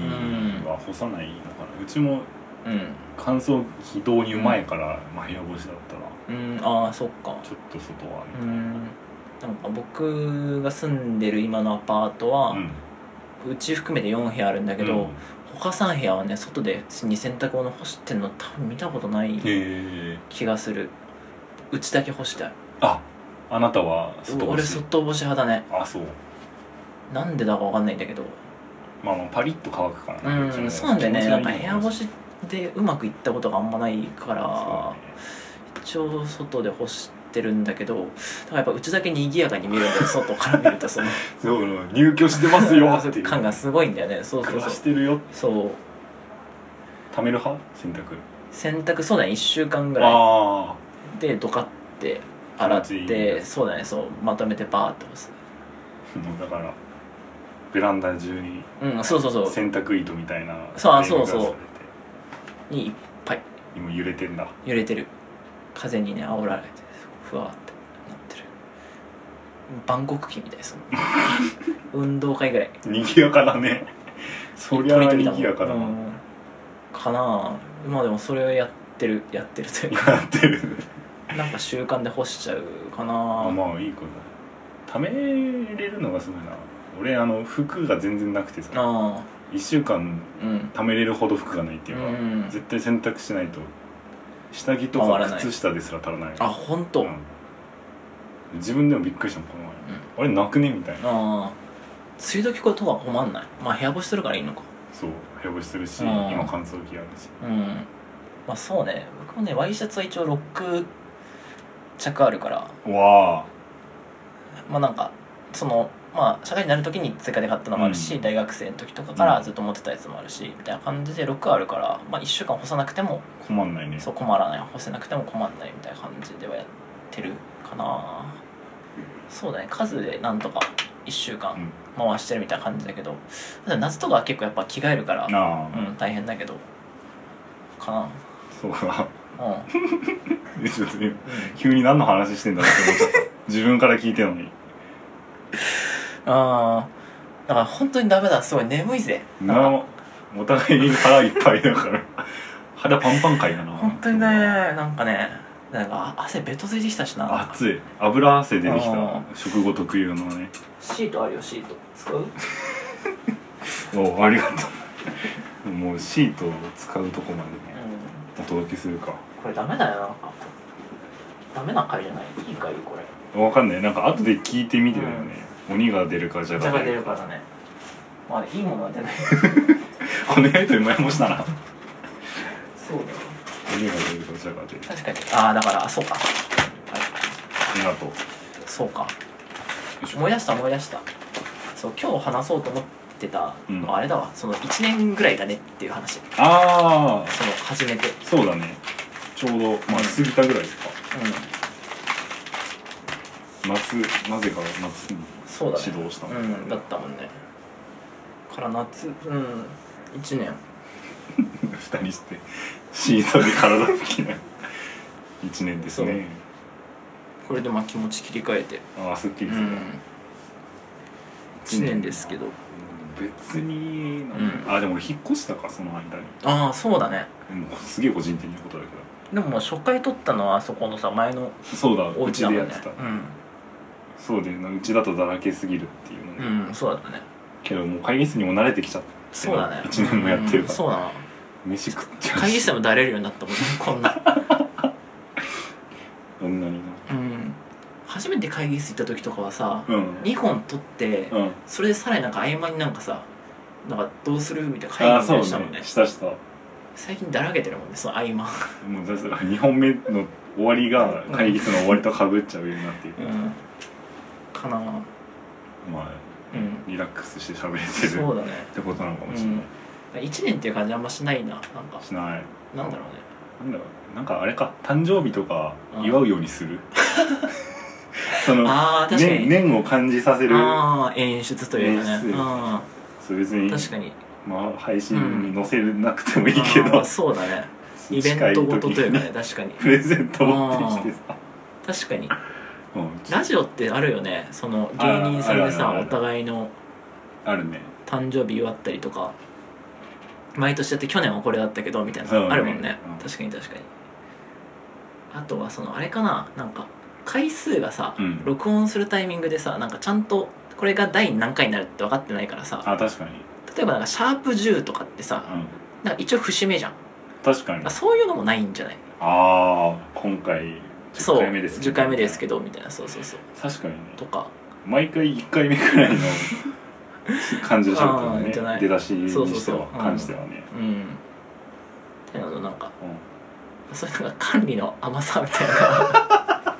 は干さないのかな、うちもうん乾燥機導入前から、まあ、部屋干しだったらうんああそっかちょっと外はうんなんか僕が住んでる今のアパートは、うち含めて4部屋あるんだけど、うん他3部屋はね外で普通に洗濯物干してんの多分見たことないへえ気がするうちだけ干してあるああなたは外干俺し外干し派だねあそうなんでだかわかんないんだけどまあまあパリッと乾くからうねちもんそうなんだよ気ね持ちながいんかい部屋干しでうまくいったことがあんまないから一応外で干してるんだけどだからやっぱうちだけ賑やかに見るんだよ外から見るとそのそうねそう入居してますよっていう感がすごいんだよねそうそ暮 うそらうしてるよそう貯める派洗濯洗濯そうだね1週間ぐらいあでドカって洗っ気持ちいいてねそうだねそうまとめてバーって干すあもうだからベランダ中にうんそうそうそう洗濯糸みたいなそうあそうそうレールがにいっぱいされて今揺れてんだ揺れてる風にね煽られてふわーってなってる万国旗みたいです もん運動会ぐらい賑やかだ ねそりゃ鳥取だ賑やかだもんなうんかなあまあでもそれをやってるやってるというかやってる なんか習慣で干しちゃうかなああまあいいことだ貯めれるのがすごいな俺あの服が全然なくてさあ1週間ーうん貯めれるほど服がないっていううか、ん絶対洗濯しないと下着と回らなかい靴下ですら足らないあ本当、うん自分でもびっくりしたもんこの前、あれなくねみたいあなあ梅雨時ことは困んないまあ部屋干しするからいいのかそう部屋干しするし、うん今乾燥機あるしうんまあそうね僕もねワイシャツは一応6着あるからうわあまあなんかそのまあ社会になる時に追加で買ったのもあるし、うん大学生の時とかからずっと持ってたやつもあるし、みたいな感じで6あるから、まあ、1週間干さなくても困んないねそう困らない干せなくても困らないみたいな感じではやってるかなそうだね数でなんとか1週う間ん、回してるみたいな感じだけどただ夏とかは結構やっぱ着替えるからあうあ、ん大変だけどかそうかなうん別に急に何の話してんだろうって 思っちゃった自分から聞いてんのにあーだから本当にダメだすごい眠いぜなお互いに腹いっぱいだから肌パンパンかいだな本当にねなんかねなんかあ汗ベトついてきたしな熱い油汗出てきあた食後特有のねシートあるよシート使うおありがとうもうシートを使うとこまでねうお届けするかんこれダメだよなんかダメな回じゃないいい回これわかんないなんか後で聞いてみてだよね、鬼が出るかじゃじゃがが出るからねまあいいものは出ないお願いという前もしたなそうだよ鬼が出るかじゃが出る確かにああだからそうかはいありがとうそうかいしょ思い出した思い出したそう今日話そうと思ってたのはうんあれだわ、その1年ぐらいだねっていう話ああその初めてうんそうだねちょうどまあ過ぎたぐらいですか夏なぜか夏にそうだね指導したもんねうんだったもんねから夏うん1年二人してシートで体拭きな一年ですねこれでまあ気持ち切り替えてああすっきうりする、ん1年ですけど別に、んあでも俺引っ越したかその間にああそうだねもうすげえ個人的なことだけでももう初回撮ったのはあそこのさ前のどそうだおう家ちだでもやっんねてた、そうでうちだとだらけすぎるっていうのうね、ん、うん、そうだったねけどもう会議室にも慣れてきちゃってそうだね一年もやってるうんからそうだな飯食っちゃうし会議室でもだれるようになったもんねこんなこんなになうん初めて会議室行った時とかはさうん2本撮ってうんそれでさらになんか合間になんかさなんかどうするみたいなあ会あ議みたいそうにしたもんねねしたしたも最近だらけてるもんねその合間うだから2本目の終わりが会議室の終わりとかぶっちゃうようになっていて、うんかなまうんあリラックスして喋れてるそうだねってことなのかもうしれない、ん1年っていう感じあんましないななんかしないなんだろうねなんだろうなんかあれか誕生日とかうん祝うように する、そのああ確か年に年を感じさせるああ演出というか演ね出あそう別にあ確かにまあ配信に載せなくてもいいけあどー、そうだねイベ近ントご時とというかね確かに プレゼント持ってきてさ、確かにうん、ラジオってあるよねその芸人さんであさるあるあるあおる互いのあるね誕生日祝ったりとか毎年やって去年はこれだったけどみたいなそうだねあるもんねうん確かに確かにあとはそのあれかななんか回数がさ、うん録音するタイミングでさなんかちゃんとこれが第何回になるって分かってないからさあ確かに、例えばなんかシャープ10とかってうさん、なんか一応節目じゃん確かにあそういうのもないんじゃないああ今回そう10回目です、 10回目ですけどどみたいなそうそうそう確かにねとか毎回1回目くらいの感じでしゃべあーってじゃるなねい出だしにしてはそうそうそううん感じではね、うんっていうのとなんかうんそういうのが管理の甘さみたいな確か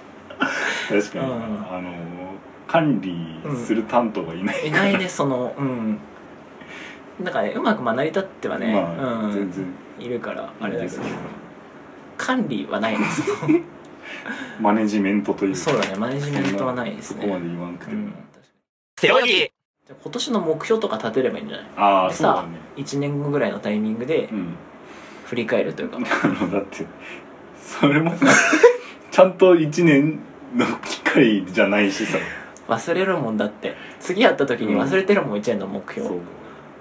うに、んあの管理する担当がいない、いないねそのうんなんかねうまくまあ成り立ってはね、まあ、うん、全然いるからああれれだでけすどけど管理 はないですマネジメントというかそうだねマネジメントはないですねそこまで言わなくてうも、ん背泳ぎじゃあ今年の目標とか立てればいいんじゃないああでそうさだね1年後ぐらいのタイミングでうん振り返るというか、あのだってそれもさ ちゃんと1年の機会じゃないしさ忘れるもんだって次会った時に忘れてるもん1年の目標、そう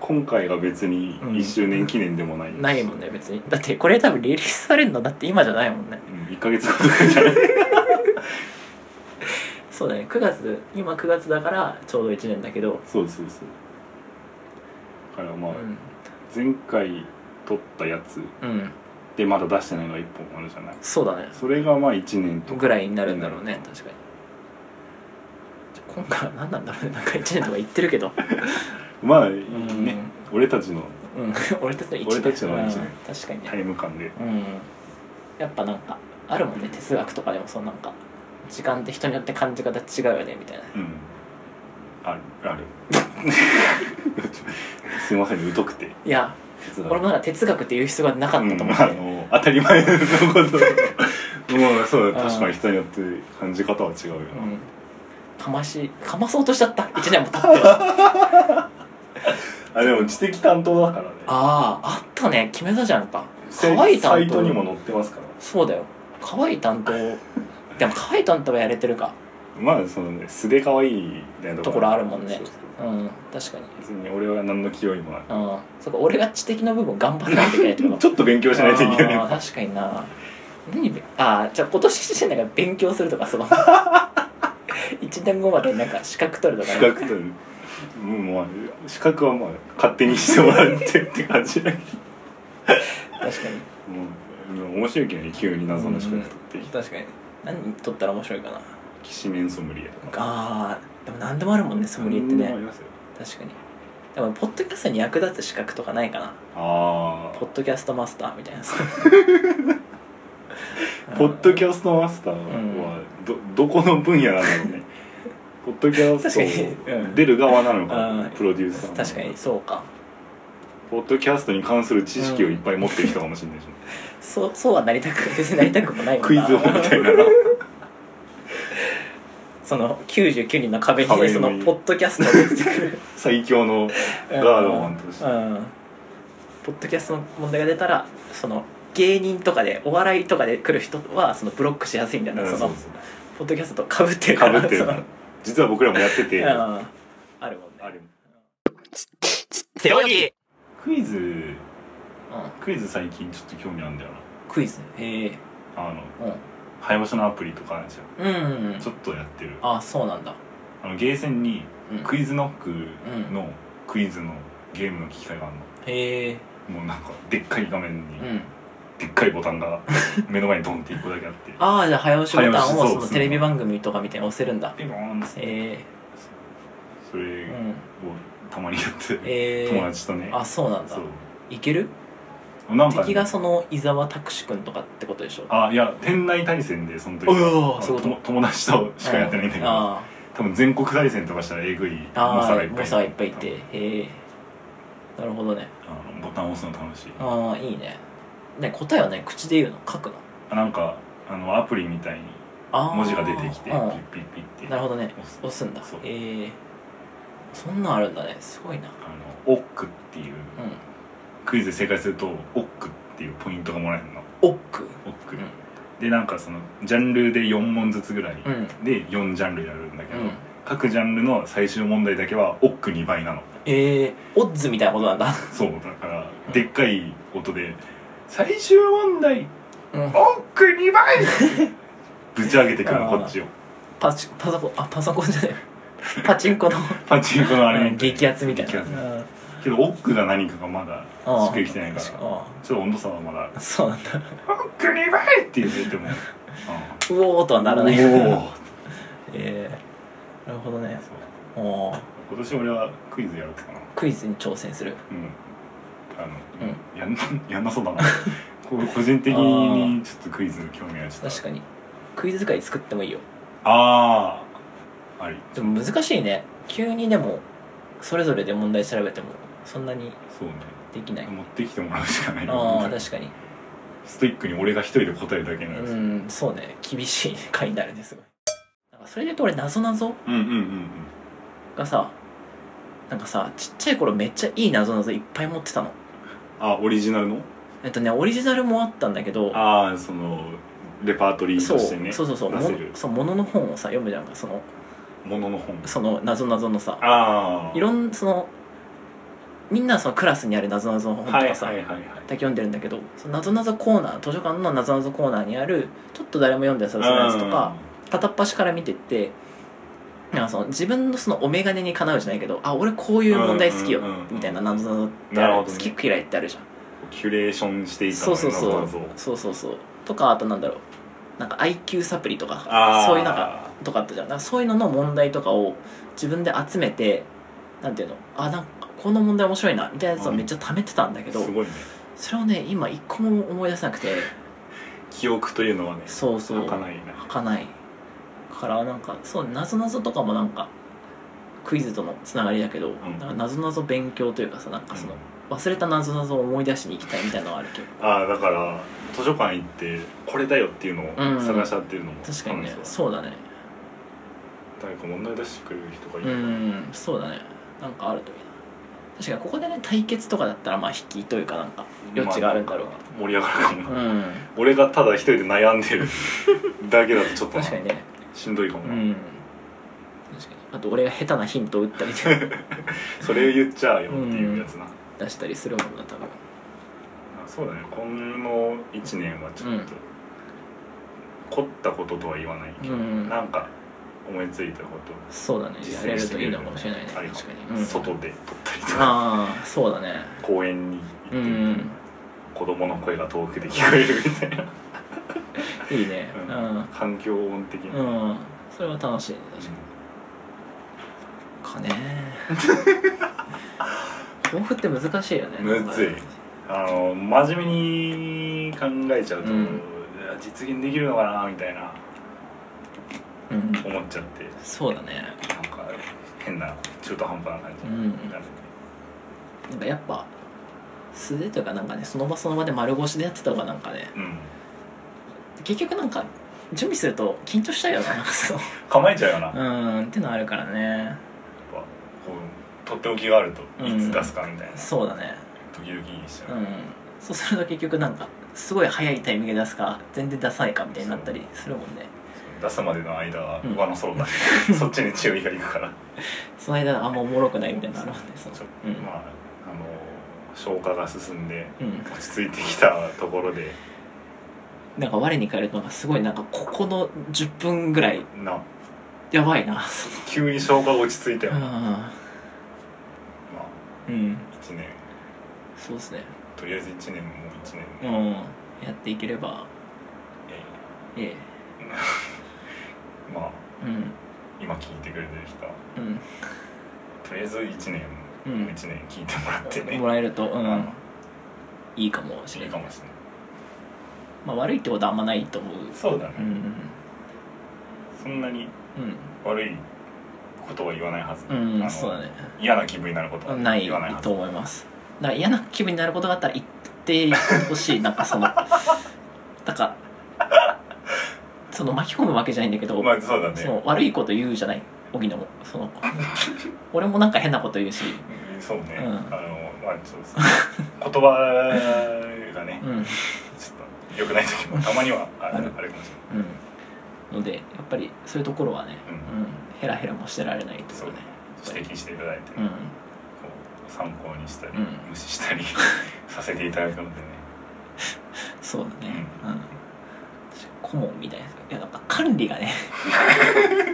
今回が別に1周年記念でもない、しないもんね別にだってこれ多分リリースされるのだって今じゃないもんねうん、1か月後と かじゃないそうだね9月今9月だからちょうど1年だけどそうそうそうだからまうあ、ん、前回撮ったやつうん、でまだ出してないのが1本あるじゃないそうだねそれがまあ1年とぐらいになるんだろうね確かにじゃあ今回は何なんだろうねなんか1年とか言ってる けどまあうんね俺たちのうん 俺たちの1年俺たちの一年うん確かにねタイム感でうんやっぱなんかあるもんね哲学とかでもそうなんか時間って人によって感じ方違うよねみたいなうんあるある すいません疎くていや手伝い俺もなんか哲学って言う必要がなかったと思うんあって、の当たり前のこと まあそうだうん確かに人によって感じ方は違うよな、うんかましかまそうとしちゃった1年も経 ってるああでも知的担当だからねああったね決めたじゃんかせ可愛い担当サイトにも載ってますからそうだよ可愛い担当でも可愛い担当はやれてるかまあそのね素で可愛いみたいなところあるもんねそうそううん確かに別に俺は何の気負いもないうんそっか俺が知的な部分頑張らないといけないって ことちょっと勉強しないといけあなー確かにな何べああじゃあ今年1年なんか勉強するとかその 一年後までなんか資格取るいとか資ね格とうんまあ資格はまあ勝手にしてもらってって感じだけど確かにうん面白いけどね急に謎の資格取って確かに何取ったら面白いかなきしめんソムリエとかあーでも何でもあるもんねソムリエってうんあねりますよ確かにでもポッドキャストに役立つ資格とかないかなああポッドキャストマスターみたいな ポッドキャャストマスターはど,、どこの分野なんだろう ねポッドキャスト確かにうをん出る側なのか、うんプロデューサーなの確かにそうかポッドキャストに関する知識をいっぱい持ってる人かもしれないし、そうそうはなりたく別になりたくもないもんなクイズ王み たいなその99人の壁にね壁そのの上にポッドキャストを出てくる最強のガードマンとしてうんポッドキャストの問題が出たらその芸人とかでお笑いとかで来る人はそのブロックしやすいんだな、うんそそのうそうポッドキャストとかぶってるかからぶってるから実は僕らもやってて、そのうんあるもんねある背泳ぎクイズうんクイズ最近ちょっと興味あるんだよなクイズへえあのうん早場所のアプリとかあるじゃうんうんんちょっとやってるあそうなんだあのゲーセンにうんクイズノックのクイズのゲームの機械があるへえのもうなんかでっかい画面にうんでっかいボタンが 目の前にドンって1個だけあってああじゃあ早押しボタン早を押しそそうのですねテレビ番組とかみたいに押せるんだピボーンっつってへそれえうをんたまにやってへ友え達とねあそうなんだそういけるなんかね敵がその伊沢拓司君とかってことでしょあいや店内対戦でその時うわはそういうこと友友達としかやってないんだけどあ多分全国対戦とかしたらえぐい猛あああ者がいっぱ猛い者がいっぱいいてへえなるほどねあのボタン押すの楽しいああいいねね答えはね口で言うの書くのあなんかあのアプリみたいにああ文字が出てきてピうんッピッピッってなるほどね押す押すんだそうへえそんなんあるんだねすごいなあのオックっていううんクイズで正解するとオックっていうポイントがもらえるのオックオック、うんでなんかそのジャンルで4問ずつぐらいうんで4ジャンルやるんだけど、うん各ジャンルの最終問題だけはオック2倍なのええオッズみたいなことなんだそうだからでっかい音で「最終問題うん オック2倍! 」ぶち上げてくるのあーこっちをパチパソコンあパソコンじゃないパチンコのパチンコのあれみたいな激アツみたいな激アツけど奥が何かがまだあしっくりきてないからちょあっと温度差はまだあそうなんだ「クリバイ!」って言って てもあうおーとはーならないおー えー、なるほどねそうおー今年俺はクイズやろうかなクイズに挑戦するうんあの、やん やんなそうだなこう個人的にちょっとクイズ興味あるちょっと確かにクイズ界作ってもいいよああありでも難しいね急にでもそれぞれで問題調べてもそんなにそうねできない持ってきてもらうしかないああ確かにストイックに俺が一人で答えるだけになるし、うんそうね厳しい回になるねすごいなんかそれで言うと俺なぞなぞうん、うんうんがさなんかさちっちゃい頃めっちゃいいなぞなぞいっぱい持ってたのあオリジナルのえっとねオリジナルもあったんだけどああそのレパートリーそとうしてねそうそうそう出もせるそうものの本をさ読むじゃんかそのものの本そのなぞなぞのさああいろんなそのみんなそのクラスにあるなぞなぞの本とはいかさ、はいはいはいだけ読んでるんだけどそのなぞなぞコーナー図書館のなぞなぞコーナーにあるちょっと誰も読んでなさそうなやつとか片っ端から見てってなんかその自分のそのお眼鏡にかなうじゃないけどあ俺こういう問題好きようんうんうんうんみたいななぞなぞってなるあほるどね好き嫌いってあるじゃんうんキュレーションしていたそうそうそ謎う々をそうそうそうとかあとなんだろうなんか IQ サプリとかあーそういうなんかとかあったじゃんなんかそういうのの問題とかを自分で集めてなんていうのあなんかこの問題面白いなみたいなやつをめっちゃ貯めてたんだけど、すごいねそれをね今一個も思い出せなくて記憶というのはねそうそう儚いな儚ないだからなんかそうなぞなぞとかもなんかクイズとのつながりだけど、んなんかなぞなぞ勉強というかさなんかその、忘れたなぞなぞを思い出しに行きたいみたいなのはあるけどああだから図書館行ってこれだよっていうのを探し合ってるのも確かにね楽しそそううだね誰か問題出してくれる人がいる、うんそうだねなんかあるといいな確かにここでね対決とかだったらまあ引きというかなんか余地があるんだろうけ盛り上がるかもど、な、うん俺がただ一人で悩ん でるだけだとちょっとな確かにねしんどいかもうな、ん確かにあと俺が下手なヒントを打ったり でそれ言っちゃうよっていうやつな、出したりするもんな多分あそうだねこの1年はちょっと、凝ったこととは言わないけど、うんなんか思いついたことそうだねや実れ践るしてとみいいるのかもしれないねあり確かかもに、うん、外で撮ったりとかああそうだね公園に行ってうみたりとかん子供の声が遠くで聞こえるみたい ないいねううんん、環境音的な、うんうん、それは楽しいね 確 かにかね抱負って難しいよねむずいあの真面目に考えちゃうと、うんいや実現できるのかなみたいなうん思っちゃってそうだねなんか変な中途半端な感うじにんなる、なんかやっぱ素手というかなんかねその場その場で丸腰でやってた方がなんかねうん結局なんか準備すると緊張しちゃうよななんかそう構えちゃうよな、うやっんってのあるからねぱこうとっておきがあるとうんいつ出すかみたいな、そうだねドキドキにしちゃうう、んそうすると結局なんかすごい早いタイミングで出すか全然出さないかみたいになったりするもんね出すまでの間はうん上の 空だ、そっちに注意がいくからその間あんまおもろくないみたいなのあるもんねそのちょうんまああの消化が進んでうん、落ち着いてきたところでなんか我に返るとなんかすごいなんかここの10分ぐらいなやばいなそ急に消化が落ち着いたよ、のまあうんうん1年そうですねとりあえず1年もう1年、うんやっていければえええまあえうん今聞いてくれてる人はうんとりあえず1年うもん1年聞いてもらってね、もらえると、ううんん、いいかもしいれいなかい、もしれないまあ、悪いってことはあんまないと思うそうだね、うんそんなにう悪いことは言わないはず、ん、うあのん、そうだね嫌な気分になることはない言わないはずと思いますだから嫌な気分になることがあったら言ってほしいなんか そのなんかその巻き込むわけじゃないんだけど、まあそうだねその悪いこと言うじゃない荻野もそ の俺もなんか変なこと言うしうんそうね、うんあのまあそうです言葉がねうんうんちょっと良くない時もたまにはああるるあるかもしれないのでやっぱりそういうところはね、うんうんヘラヘラもしてられないとそこうろねね指摘していただいて、うんこう参考にしたり、うん無視したり させていただくのでねそうだねうん顧問みたいないやなんか管管理が ね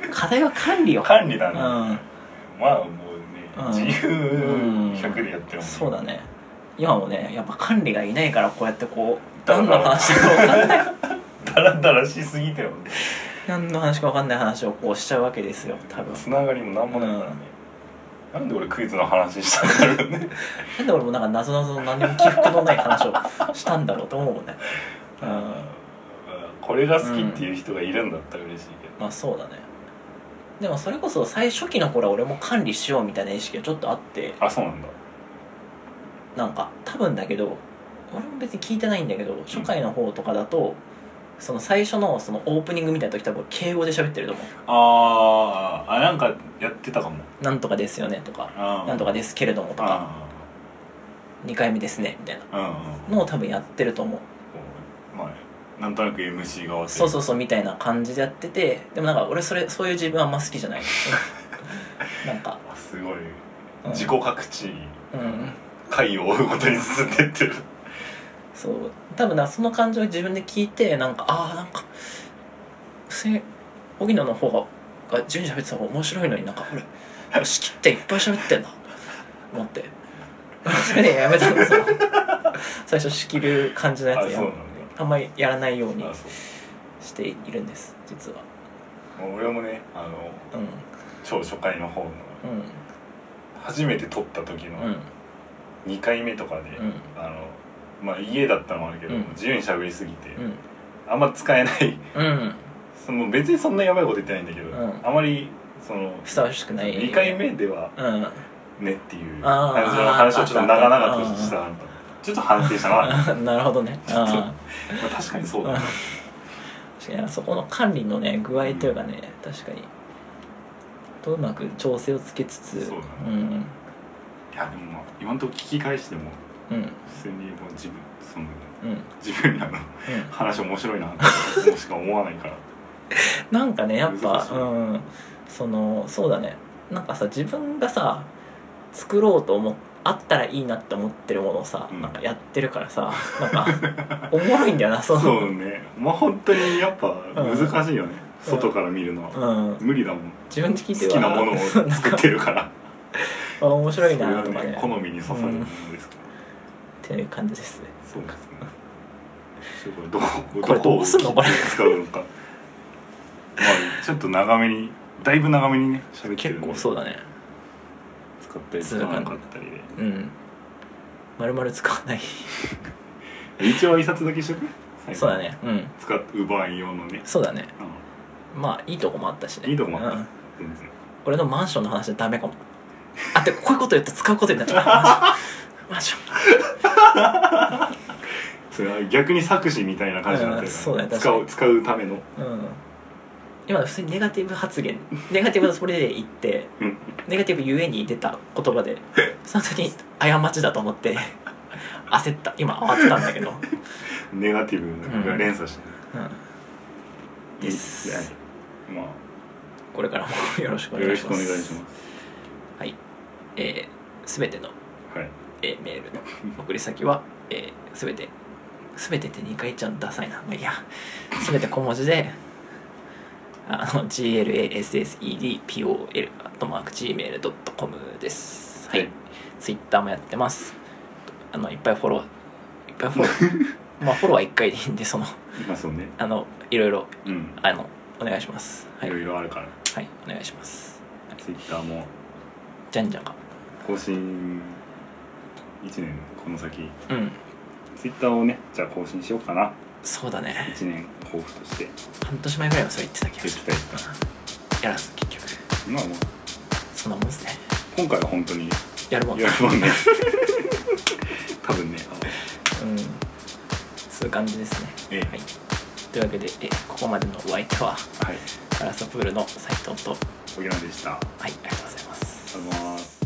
課題は管理よ管理だうね、んまあもうね、うん自由うん100でやっても、そうだね今もねやっぱ管理がいないからこうやってこうだから何の話か分かんないだらだらしすぎてもね 何の話か分かんない話をこうしちゃうわけですよ多分つながりもなんもないからね、なんで俺クイズの話したんだろうね なんで俺もなんか謎々の何にも起伏のない話をしたんだろうと思うもんねうんこれが好きっていう人がいるんだったら嬉しいけど、まあそうだねでもそれこそ最初期の頃は俺も管理しようみたいな意識がちょっとあってあそうなんだなんか多分だけど俺も別に聞いてないんだけど初回の方とかだとその最初のそのオープニングみたいな時多分敬語で喋ってると思あーあなんかやってたかもう「なんとかですよね」とか「ななんとかですけれども」とかあ「2回目ですね」みたいなーうんうんのを多分やってると思うまあなんとなく MC 側ってそうそうそうみたいな感じでやっててでもなんか俺それそういう自分あんま好きじゃない なんか、あすごいうん自己各地うん回を追うことに進んでってるそう多分なその感情を自分で聞いてなんかああなんかそれ荻野の方がが自由に喋ってた方が面白いのになんか俺仕切っていっぱい喋ってんなと思って それでやめたんですよ最初仕切る感じの やあそうつなやんあんまりやらないようにだあそうしているんです実はもう俺もねあのう超初回の方のんうん初めて撮った時うのん2回目とかで、うんあのまあ家だったのもあるけど、うん自由に喋りすぎて、うんあんま使えない うんその別にそんなやばいこと言ってないんだけど、うんあまりそのふさわしくない2回目ではうんねっていうあー感じの話をちょっと長々としたなとちょっと反省し たなまなるほどねちょっとああ確かにそうーうんだね 確かにそこの管理のね具合というかね、確かにとうまく調整をつけつつそうだねんいやでもまあ今んとこ聞き返してもうん普通にもう自分そのうんうん自分らの話面白いなってもしか思わないから なんかねやっ難ぱしいうんそのそうだねなんかさ自分がさ作ろうと思っあったらいいなって思ってるものをさ、うんなんかやってるからさなんかおもろいんだよなそのそうねまあ本当にやっぱ難しいよね、うん外から見るのは、うん、無理だもん自分で聞好いてきなもの なんをか作ってるからあ面そ白れいなはとかねね好みに刺さるものですけど、っていう感じですねそうですねすごいどここれどうすんのこを切って使うのかまあちょっと長めにだいぶ長めにね喋って結るんで構そうだね使ったり使わなかったりうん丸々使わないで一応挨拶だけしとく最後そうだねうん使っ奪う用のね、そうだねうまあいいとこもあったしねん、いいとこもあった、うん全然俺のマンションの話はダメかもあってこういうこと言って使うことになっちゃう マンションそれは逆に作詞みたいな感じになってるうんそうだね確使かうに使うためのマンションうん今の普通にネガティブ発言ネガティブのそれで言ってうんネガティブゆえに出た言葉でその時に過ちだと思って焦った今慌てたんだけどネガティブが連鎖してうんですねまこれからもよろしくおあ願よいろししくおま願いすしますはいえー、全てのはいえーメールの送り先は、えー、すべてすべてって2回言っちゃうのダサいなまあいいやすべて小文字であの glassespol.gmail.com ですはい、はいツイッターもやってますあのいっぱいフォローいっぱいフォロ ーまあフォローは1回でいいんでそのまあそうねあのいろいろうんあのお願いしますはいい、はろいい、ろあるからお願いしますツイッターもじゃんじゃんか更新1年この先うんツイッターをねじゃあ更新しようかなそうだね1年抱負として半年前ぐらいはそれ言ってた気がやりすたいるやらず結局まあもうそんなもんですね今回は本当にやるもんやるも んね多分ねうんそういう感じですね、ええはい、というわけでえここまでのお相手ははいガラスプールの斉藤と小木野でしたありがはいありがとうございますとうございます